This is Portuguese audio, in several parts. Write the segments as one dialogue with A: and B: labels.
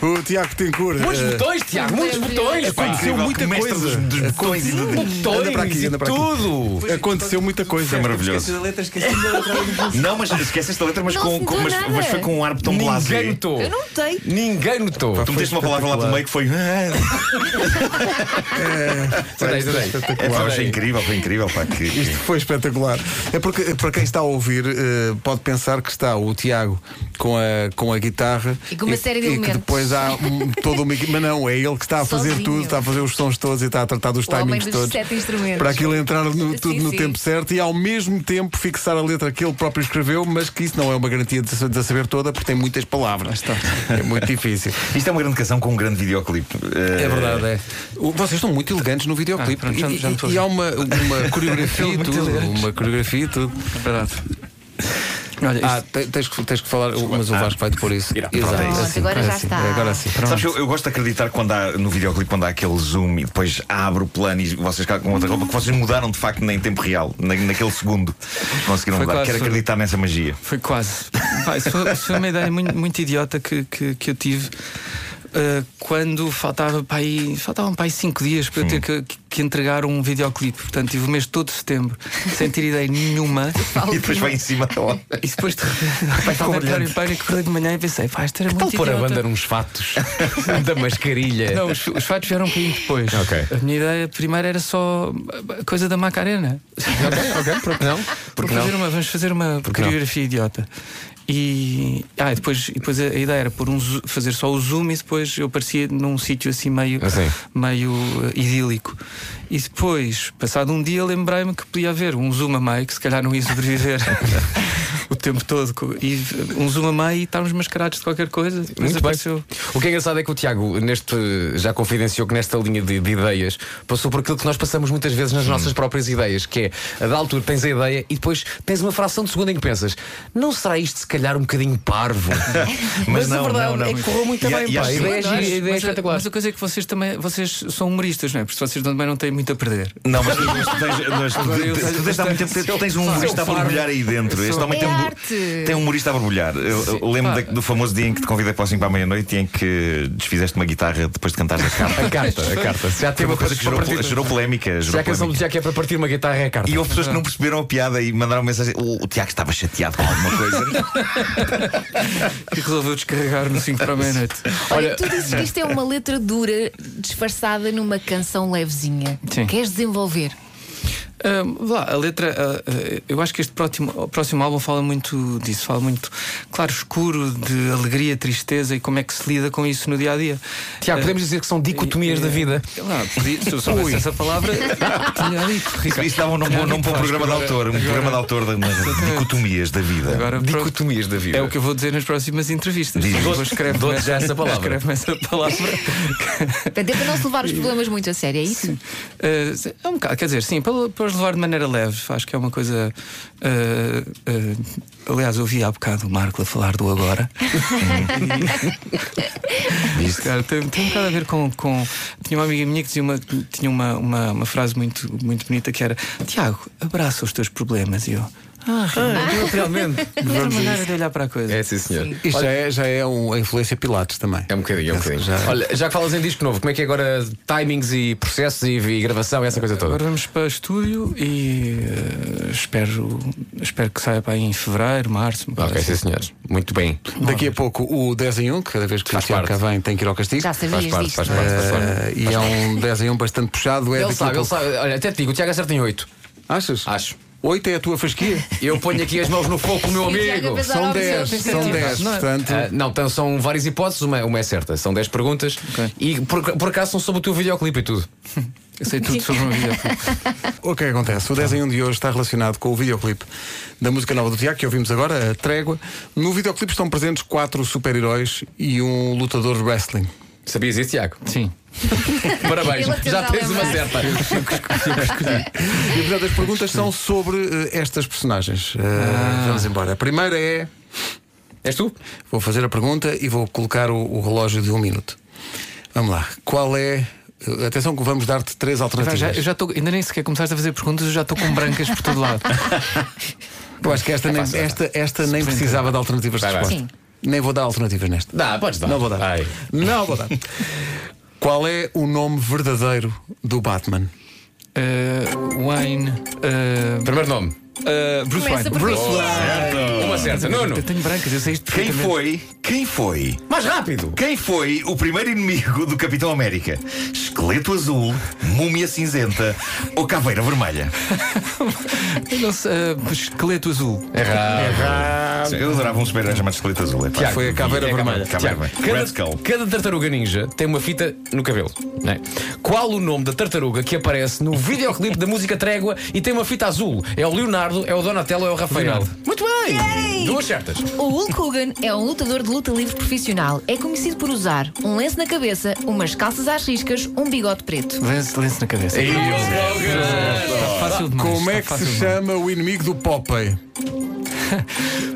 A: O Tiago Tencourt.
B: Muitos
A: eh,
B: botões, Tiago, muitos
C: Deus.
B: botões.
C: É
B: pá.
A: incrível,
D: Aconteceu muita
A: que mestre
D: coisa.
A: dos- dos botões e do-
B: Botões
A: Anda para aqui,
B: e
A: anda para aqui.
B: tudo.
A: Aconteceu muita coisa.
D: É maravilhoso.
E: Esqueci da letra, esqueci da letra.
D: Não, mas esqueceste a letra, mas,
C: Não
D: com,
C: se
D: com-
C: deu
D: mas,
C: nada.
D: mas foi com um ar tão
B: Ninguém
D: blasé.
B: notou.
C: Eu não tenho.
B: Ninguém notou.
D: Tu meteste uma palavra lá pelo meio que foi. Ah,
B: Adorei, adorei.
D: é, pá,
B: Adorei.
D: foi incrível, foi incrível. Pá, que,
A: Isto foi espetacular. É porque para quem está a ouvir eh, pode pensar que está o Tiago com a, com a guitarra
C: E com uma série de
A: e que
C: elementos.
A: depois há um, toda uma equipe. Mas não, é ele que está a fazer
C: Sozinho.
A: tudo, está a fazer os sons todos e está a tratar dos
C: O homem
A: timings
C: dos
A: todos.
C: sete instrumentos.
A: Para aquilo entrar no-
C: Sim,
A: tudo no
C: sim.
A: tempo certo e ao mesmo tempo fixar a letra que ele próprio escreveu, mas que isso não é uma garantia de, sa- de a saber toda porque tem muitas palavras. É muito difícil.
D: isto é uma grande canção com um grande videoclipe. Eh,
B: É verdade, é.
A: O- Vocês estão muito elegantes no videoclipe.
B: Ah, pronto, já-
A: E-
B: já me estou a
A: e, e
B: ver.
A: há uma, uma coreografia e
B: Muito
A: tudo.
B: elegantes. É
A: Uma coreografia e tudo.
E: Verdade. Olha, isto-
A: Ah, te- tens, que- tens que falar, o- mas o
B: Ah,
A: Vasco vai depor isso.
D: Irá.
A: Exato.
D: Pronto, é isso.
C: Pronto, agora já
A: sim,
C: está.
A: Agora sim.
D: Sabes, eu, eu gosto de acreditar quando há no videoclipe quando há aquele zoom e depois abre o plano e vocês cá com outra roupa que vocês mudaram de facto nem em tempo real, na, naquele segundo conseguiram
E: Foi
D: mudar.
E: quase,
D: Quero
E: foi.
D: acreditar nessa magia.
E: Foi quase. Pá, isso foi, isso foi uma ideia muito, muito idiota que, que, que eu tive ah, quando faltava para aí, faltavam para aí cinco dias para eu ter que, que entregar um videoclipe. Portanto, tive o mês todo de setembro sem ter ideia nenhuma.
D: E depois vai em cima da hora.
E: E depois de repente estava a entrar em pânico, acordei de manhã e pensei, pá, isto era
B: Tal
E: muito
B: Então pôr a
E: idiota.
B: banda uns fatos da mascarilha.
E: Não, os, os fatos vieram um bocadinho depois.
D: Ok.
E: A minha ideia primeiro era só a coisa da Macarena.
B: porque não?
E: Porque fazer uma, vamos fazer uma coreografia idiota. E, ah, e depois, e depois a, a ideia era pôr um, zo- fazer só o zoom e depois eu parecia num sítio assim meio,
B: Assim.
E: meio eh, idílico. E depois, passado um dia, lembrei-me que podia haver um zoom a meio, que se calhar não ia sobreviver o tempo todo. co- E v- um zoom a meio e estarmos mascarados de qualquer coisa. Depois
B: Muito
E: apareceu.
B: bem. O que é engraçado é que o Tiago neste, já confidenciou que nesta linha de, de ideias passou por aquilo que nós passamos muitas vezes nas nossas próprias ideias, que é a da altura tens a ideia e depois tens uma fração de segundo em que pensas, não será isto se calhar um bocadinho parvo? Mas, a verdade é que correu muito
D: E-
B: bem,
D: e
B: pá. A
D: acho-
B: ideia é gira, a
E: Mas-
B: ideia é
E: mas, a,
B: espetacular.
E: mas a coisa é que vocês também vocês são humoristas, não é? Porque vocês também não têm muito a perder.
D: Não, mas tu tens, mas tu
E: eu
D: tens- tu tens há muito tempo- tu tens um humorista a
E: fardo.
D: borbulhar aí dentro. Este homem
C: É
D: tem, um-
C: arte.
D: tem um humorista a borbulhar. Eu, eu lembro
E: Pá.
D: da- do famoso dia em que te convidei para o 5 para a meia-noite e em que desfizeste uma guitarra depois de cantar a carta.
B: A carta, a carta. Já
D: Foi
B: teve
D: uma coisa que gerou, gerou polémica.
B: Já
D: Gerou
B: a canção do
D: polémica.
B: Tiago é para partir uma guitarra é a
E: um
B: carta.
D: E houve pessoas que não perceberam a piada e mandaram mensagem. O, o Tiago estava chateado com alguma coisa.
E: E é resolveu descarregar no 5 para a meia-noite.
B: Olha-
C: Olha, tu dizes que isto é uma letra dura disfarçada numa canção levezinha.
E: Sim.
C: Queres desenvolver?
E: Hum, vá, a letra, ah, ah, eu acho que este próximo, o próximo álbum fala muito disso, fala muito claro escuro de alegria, tristeza e como é que se lida com isso no dia a dia.
B: Tiago, podemos dizer que são dicotomias da vida.
E: Sei lá, podia- se eu soubesse essa palavra, tinha dito. Ricardo.
D: Isso dava um nome, bom nome para um
E: Acho
D: programa de
E: que
D: autor. Um programa de autor de de dicotomias da vida.
E: Agora, pronto,
B: Dicotomias da vida.
E: é o que eu vou dizer nas próximas entrevistas.
D: Diz.
E: Eu escrevo
B: Dou-te já essa palavra.
E: Escrevo essa palavra.
C: Portanto, é para não se levar os problemas muito a sério, é isso?
E: Uh, é um bocado, quer dizer, sim, para, para os levar de maneira leve, acho que é uma coisa. uh, uh, aliás, ouvi há bocado o Marco a falar do agora. Isto, cara, tem, tem um bocado a ver com, com- Tinha uma amiga minha que dizia uma, tinha uma, uma, uma frase muito, muito bonita que era: Tiago, abraça os teus problemas. E eu, ah,
B: realmente.
E: é uma maneira de olhar para a coisa.
B: É, sim, senhor.
A: Isto já é, já é um, a influência Pilates também.
B: É um bocadinho, é um bocadinho.
A: Já-
B: Olha, já que falas em disco novo, como é que é agora timings e processos e, e gravação e essa coisa toda?
E: Agora vamos para o estúdio e uh, espero, espero que saia para aí em fevereiro, março. uma coisa
B: Ok,
E: assim.
B: sim, senhores. Muito bem.
A: Daqui a pouco o 10 em 1, que cada vez que
B: Faz
A: o Tiago cá
B: parte.
A: vem tem que ir ao castigo.
C: Já sabias
B: parte,
C: disto.
B: faz
C: não é?
B: parte.
A: Eh, e é um 10 em 1 bastante puxado. É daqui
B: Ele
A: a
B: sabe, ele
A: pouco.
B: sabe. Olha, até te digo, o Tiago acerta em 8.
A: Achas?
B: Acho.
A: 8 é a tua fasquia?
B: Eu ponho aqui as mãos no fogo, meu
C: E o Tiago
B: amigo.
C: a pensar,
A: São
C: "Oh, mas eu
A: 10,
C: pensei
A: são
C: que-
A: 10,
E: Não é?
A: portanto.
B: Ah, não, então são várias hipóteses, uma, uma é certa. São 10 perguntas e por, por acaso são sobre o teu videoclipe e tudo.
E: Eu sei tudo sobre uma vida.
A: O que é que acontece? O 10 em 1 de hoje está relacionado com o videoclipe da música nova do Tiago, que ouvimos agora, a Trégua. No videoclipe estão presentes quatro super-heróis e um lutador de wrestling.
B: Sabias isso, Tiago?
E: Sim.
B: Parabéns,
C: Ele até
B: já
C: já
B: tens uma
C: lembra.
B: certa.
A: E portanto as perguntas são sobre eh, estas personagens. Eh,
B: Ah.
A: Vamos embora. A primeira é.
B: És tu?
A: Vou fazer a pergunta e vou colocar o, o relógio de um minuto. Vamos lá. Qual é. eh, Atenção que vamos dar-te três
E: Pá, já-
A: alternativas.
E: eu já estou, ainda nem sequer começaste a fazer perguntas, eu já estou com brancas por todo lado.
B: É
A: Eu acho que esta nem, esta, esta nem precisava de alternativas de
B: Vai, vai.
A: resposta.
C: Sim.
A: Nem vou dar alternativas neste.
B: Dá, podes dar.
A: Não vou dar.
B: Ai.
A: Não vou dar. Qual é o nome verdadeiro do Batman?
E: Eh, Wayne. eh,
B: Primeiro nome.
A: Uh,
E: eh, Bruce
C: Começa
E: Wayne.
C: por Bruce
B: Uma certa. Nuno.
E: Eu tenho brancas, eu sei isto
D: Quem
E: perfeitamente.
D: foi? Quem foi?
B: Mais rápido.
D: Quem foi o primeiro inimigo do Capitão América? Esqueleto azul, múmia cinzenta ou caveira vermelha?
E: Eu não sei, eh, esqueleto azul.
B: Errado.
D: Eu adorava um super-herói chamado Esqueleto Azul. epá.
B: Tiago,
A: Foi a caveira
D: É
A: vermelha.
D: Caveira
B: Tiago,
D: vermelha. Red
B: cada,
D: Skull.
B: cada tartaruga ninja tem uma fita no cabelo. não é? Qual o nome da tartaruga que aparece no videoclipe da música Trégua e tem uma fita azul? É o Leonardo, é o Donatello, é o Rafael.
E: Leonardo.
B: Muito bem! Duas certas.
C: O Hulk Hogan é um lutador de luta livre profissional. É conhecido por usar um lenço na cabeça, umas calças às riscas, um bigode preto.
E: Lenço, lenço na cabeça. Tá Fácil demais.
A: É Como é que
E: está
A: se
E: fácil
A: chama o inimigo do Popeye?
E: demais.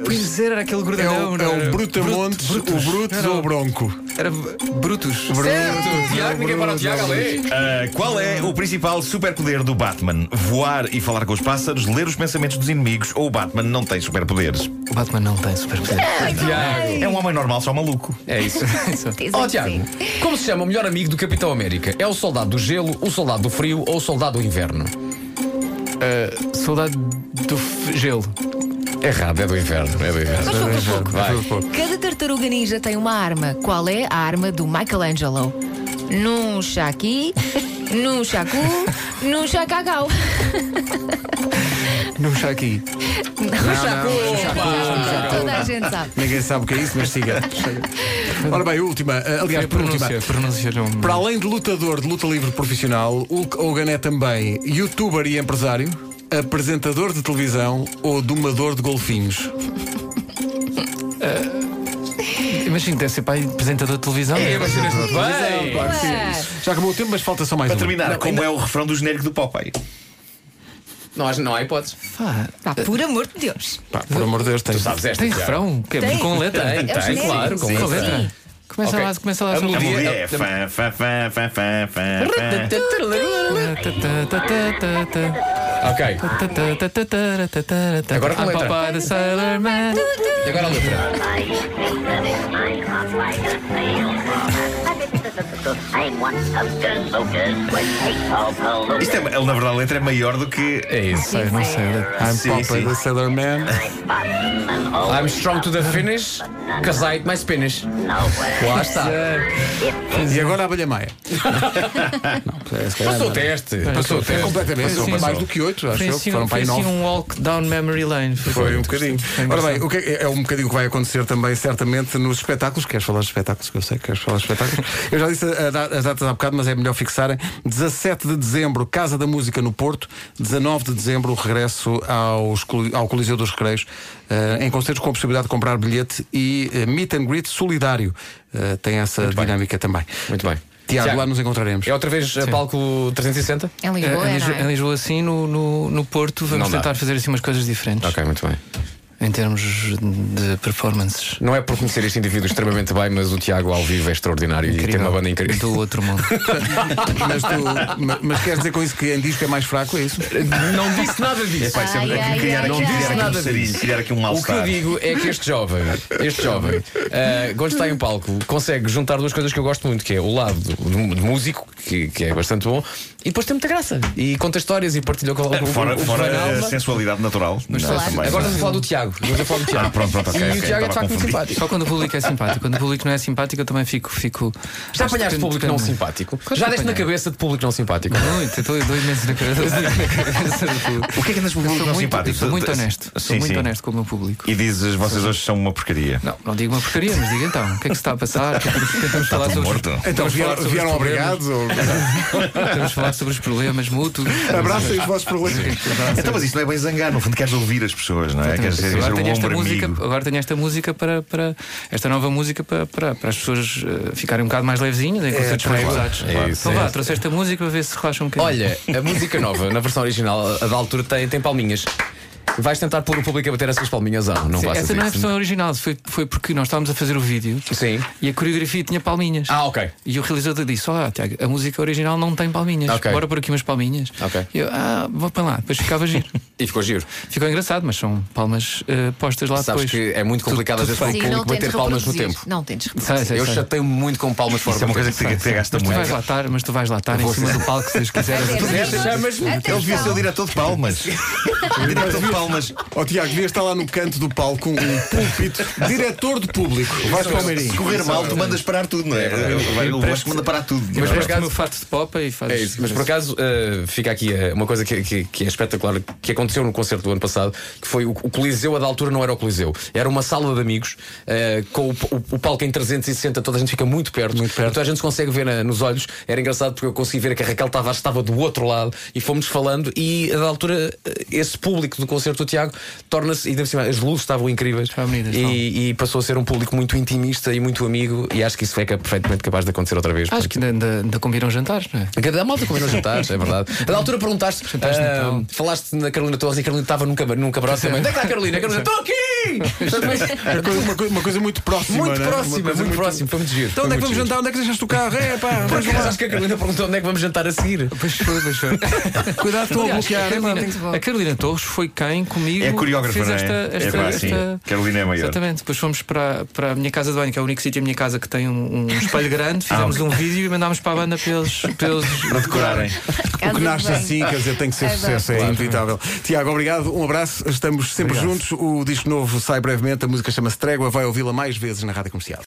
E: Pois dizer, era aquele
A: É
E: grudadão.
A: o,
E: não
A: é
E: era?
A: o Brutamontes,
E: Brut-
A: o Brutus
E: Era
A: ou o Bronco?
E: Era Brutus.
A: é?
B: Certo, Tiago, ninguém para o Tiago ali.
D: Ah, qual é o principal superpoder do Batman? Voar e falar com os pássaros, ler os pensamentos dos inimigos ou o Batman não tem superpoderes?
E: O Batman não tem superpoder.
B: Tiago.
D: É um homem normal, só maluco.
B: É isso.
C: Tens
B: Ó
C: aí,
B: Tiago,
C: sim.
B: como se chama o melhor amigo do Capitão América? É o soldado do gelo, o soldado do frio ou o soldado do inverno?
E: Soldado Uh, do f- gelo.
B: Errado, é do inverno, é do inverno.
C: Mas foi por pouco.
B: Vai.
C: Cada tartaruga ninja tem uma arma. Qual é a arma do Michelangelo? Num chaqui, num chacu, num chacacau.
A: Não está aqui.
C: Num chacu.
A: chacu.
C: Toda a gente sabe.
A: Ninguém sabe o que é isso, mas siga. Ora bem, última. eh, Aliás,
E: É
A: penúltima.
E: pronúncia. Pronúncia não.
A: Para além de lutador de luta livre profissional, Hulk Hogan é também youtuber e empresário, apresentador de televisão ou domador de golfinhos.
E: Imagino que deve ser pai apresentador de televisão.
B: É, mas tiveste muito
A: Televisão,
B: bem.
A: claro que sim.
C: Ué.
A: Já acabou o tempo, mas falta só mais um.
D: Para
A: uma.
D: terminar, como é o refrão do genérico do Popeye?
B: Não, há- não há hipótese.
E: Pá,
C: Pá, por amor de Deus.
A: Pá, por amor de Deus, tem.
B: Sabes esta?
E: tem
B: Tiago?
E: refrão? Que é
C: Tem.
E: Com
B: Tem,
E: letra?
C: É o
B: tem,
C: genérico.
B: claro.
C: Sim,
E: Com
B: Com
C: sim.
B: letra.
E: letra? Começa
B: Ok.
E: lá, começa lá.
B: A
E: só-
D: A
B: melodia-
D: melodia é fã, fã, fã, fã, fã, fã, fã.
B: Ok. Agora com
E: I'm
B: letra.
E: Popeye the Sailor Man.
B: E agora a letra.
F: I'm one of the locals when they call Palooka.
D: Isto é, ele, na verdade, a letra é maior do que.
B: É isso.
E: Sei, não sei. letra.
A: I'm
D: Sim,
A: Popeye
D: sim.
A: the Sailor Man.
B: I'm strong to the finish, cause I eat my spinach. Lá está.
A: E agora a abelha Maia.
B: Passou o teste. Passou o
A: É
B: teste.
A: completamente.
E: Passou,
A: São mais
D: passou.
A: do que oito, acho
E: Foi
A: eu.
E: assim,
A: Foram para
E: foi
A: aí
E: assim
A: nove.
E: um walk down memory lane.
A: Foi um bocadinho. Ora bem, o que é, é um bocadinho que vai acontecer também, certamente, nos espetáculos. Queres falar de espetáculos? Que eu sei que queres falar de espetáculos. Eu já disse a da- as datas há bocado, mas é melhor fixarem. 17 de dezembro, Casa da Música no Porto. 19 de dezembro, o regresso aos coli- ao Coliseu dos Recreios. eh, em concertos com a possibilidade de comprar bilhete e eh, meet and greet solidário. Eh, tem essa dinâmica também.
B: Muito bem.
A: Tiago, lá nos encontraremos.
B: É outra vez eh, palco 360?
C: Em Lisboa,
E: Em Lisboa,
C: não
E: em
C: é?
E: Lisboa, sim, no, no, no Porto, vamos
B: Não dá.
E: tentar fazer assim umas coisas diferentes
B: Ok, muito bem.
E: em termos de performances.
B: Não é por conhecer este indivíduo extremamente bem, mas o Tiago ao vivo é extraordinário e tem uma banda incrível.
E: Do outro mundo.
A: Mas, tu- ma- mas queres dizer com isso que em disco é mais fraco? É isso?
B: Não disse nada disso.
D: Vai ser
C: Ai, ai,
D: criar
C: ai,
D: aqui,
C: ai.
D: criar
B: Não disse
D: aqui
B: nada
D: um sarilho, criar aqui um
B: O que eu
D: mal-estar.
B: digo é que este jovem, este jovem, ah, quando está em um palco, consegue juntar duas coisas que eu gosto muito, que é o lado do- de músico, que, que é bastante bom, e depois tem muita graça. E conta histórias e partilha com,
E: É,
B: com, com
D: Fora,
B: o que
D: fora
B: vai na
D: a
B: alma.
D: sensualidade natural. Não,
C: claro.
B: Agora
D: também,
E: né?
D: não.
B: estamos a falar do Tiago. Estamos a falar do Tiago.
D: Ah, pronto, pronto, ok,
B: E
D: ok,
B: o Tiago é de
D: estava a
B: facto muito
D: confundir.
B: simpático.
E: Só quando o público é simpático. Quando o público não é simpático, eu também fico. fico
B: Já
E: acho que
B: apanhaste
E: depende-
B: público não
E: depende muito.
B: simpático?
E: Claro que
B: Já deste na
E: apanhei.
B: cabeça de público não simpático?
E: Muito, eu estou eu dou imenso na cabeça.
D: O que é que andas público
E: Eu sou
D: não
E: muito, eu
D: simpático?
E: sou muito honesto. sou
D: Sim,
E: muito
D: sim.
E: honesto com o meu público.
D: E dizes, vocês hoje são uma porcaria.
E: Não, não digo uma porcaria, mas diga então. O que é que se está a passar? Tentamos falar
D: Estou
E: sobre os-
D: morto.
A: Então
E: Vamos falar
A: vieram,
E: sobre
A: vieram
E: os problemas.
A: obrigados? Ou...
E: Tentamos falar sobre os problemas mútuos.
A: Abracem os vossos problemas.
D: Então, mas isto não é bem zangar, no fundo queres ouvir as pessoas, não é? Queres ser
E: agora,
D: um
E: tenho esta
D: ombro
E: música,
D: amigo.
E: agora tenho esta música para, para esta nova música para, para, para as pessoas eh, ficarem um bocado mais levezinhas em concertos mais
A: claro.
E: pesados.
B: É isso,
E: então
B: é
E: vá,
B: isso.
E: trouxe esta música para ver se relaxa um bocadinho.
B: Olha, a música nova, na versão original, a da altura tem, tem palminhas. Vais tentar pôr o público a bater essas palminhas ah, Não faças
E: Essa não é a
B: isso.
E: versão original, foi, foi porque nós estávamos a fazer o vídeo
B: Sim.
E: e a coreografia tinha palminhas.
B: Ah, ok.
E: E o realizador disse: Olha, Tiago, a música original não tem palminhas.
B: Ok.
E: Bora por aqui umas palminhas.
B: Ok.
E: E eu, ah, vou para lá. Depois ficava giro.
B: E ficou giro.
E: Ficou engraçado, mas são palmas eh, postas lá
B: Sabes
E: depois.
B: que é muito complicado às
E: Tudo-
B: vezes
E: tudo
B: para o
E: feito.
C: Sim, não
B: público
C: tentes
B: bater palmas no
C: reproduzir.
B: tempo.
C: Não tens
E: Sei, sei,
B: Eu
E: sei.
B: chatei-me muito com palmas fora
D: Isso é uma
B: do
D: coisa
B: tempo.
D: que te, que te gasta
E: Mas tu vais
D: muito.
E: lá estar, mas tu vais lá estar em
B: Vou.
E: cima do palco se é as quiseres.
D: Ele devia ser o diretor de palmas. diretor de palmas.
A: Ó Tiago, devias estar lá no canto do palco, um púlpito, diretor de público. Vais para o
D: Se
A: Meirinho.
D: correr mal, tu mandas parar tudo, não é? Eu acho que manda parar tudo.
E: Mas
D: Não é?
E: vais com o meu fato de popa e fazes.
B: É isso, mas por acaso eh, fica aqui eh, uma coisa que, que- que é espetacular que aconteceu no concerto do ano passado, que foi o, o Coliseu, a da altura não era o Coliseu, era uma sala de amigos eh, com o, o- o palco em 360, toda a gente fica muito perto, muito perto. toda a gente se consegue ver na- nos olhos. Era engraçado porque eu consegui ver que a Raquel Tavares estava do outro lado e fomos falando. E a da altura, eh, esse público do concerto do Tiago torna-se, e ainda por cima, as luzes estavam incríveis
E: Estavam bonitas, estavam.
B: e, e passou a ser um público muito intimista e muito amigo. E acho que isso é ca- perfeitamente capaz de acontecer outra vez.
E: Acho que ainda, ainda, ainda combiram jantares, não é?
B: Cada malta comeu nos jantares, é verdade. A da altura perguntaste,
E: Jantares de
B: ah,
E: Natal.
B: falaste na Carolina Torres e a Carolina estava num, cama- num camarote também. Onde é que está a Carolina? A Carolina, estou aqui!
A: É coisa- uma, coisa, uma coisa muito próxima.
B: muito
A: né? Uma
B: próxima,
A: coisa
B: muito, próximo, foi muito giro.
A: Então, onde é que
B: Foi
A: vamos
B: muito
A: jantar? Onde é que deixaste o carro? É, pá, vamos
B: giro. Por acaso,
A: lá.
B: acho que a Carolina perguntou onde é que vamos jantar a seguir.
E: Pois foi, pois foi.
A: Cuidado, estou a
E: Aliás,
A: bloquear.
E: a,
A: hein, mano?
E: Carolina,
C: Muito bom.
E: a Carolina Torres foi quem comigo
D: É a coreógrafa,
E: fez
D: não é?
E: esta,
D: É
E: esta,
D: pá, sim.
E: esta...
D: Carolina é maior.
E: Exatamente. Depois fomos para, para a minha casa de banho, que é o único sítio da minha casa que tem um, um espelho grande.
D: Ah,
E: Fizemos um vídeo e mandámos para a banda para eles. Para eles...
D: Para decorarem.
A: O que nasce assim, quer dizer, tem que ser
C: É
A: sucesso, é inevitável. Tiago, obrigado, um abraço, estamos sempre juntos. O disco novo sai brevemente, a música chama-se Trégua, vai ouvi-la mais vezes na rádio comercial.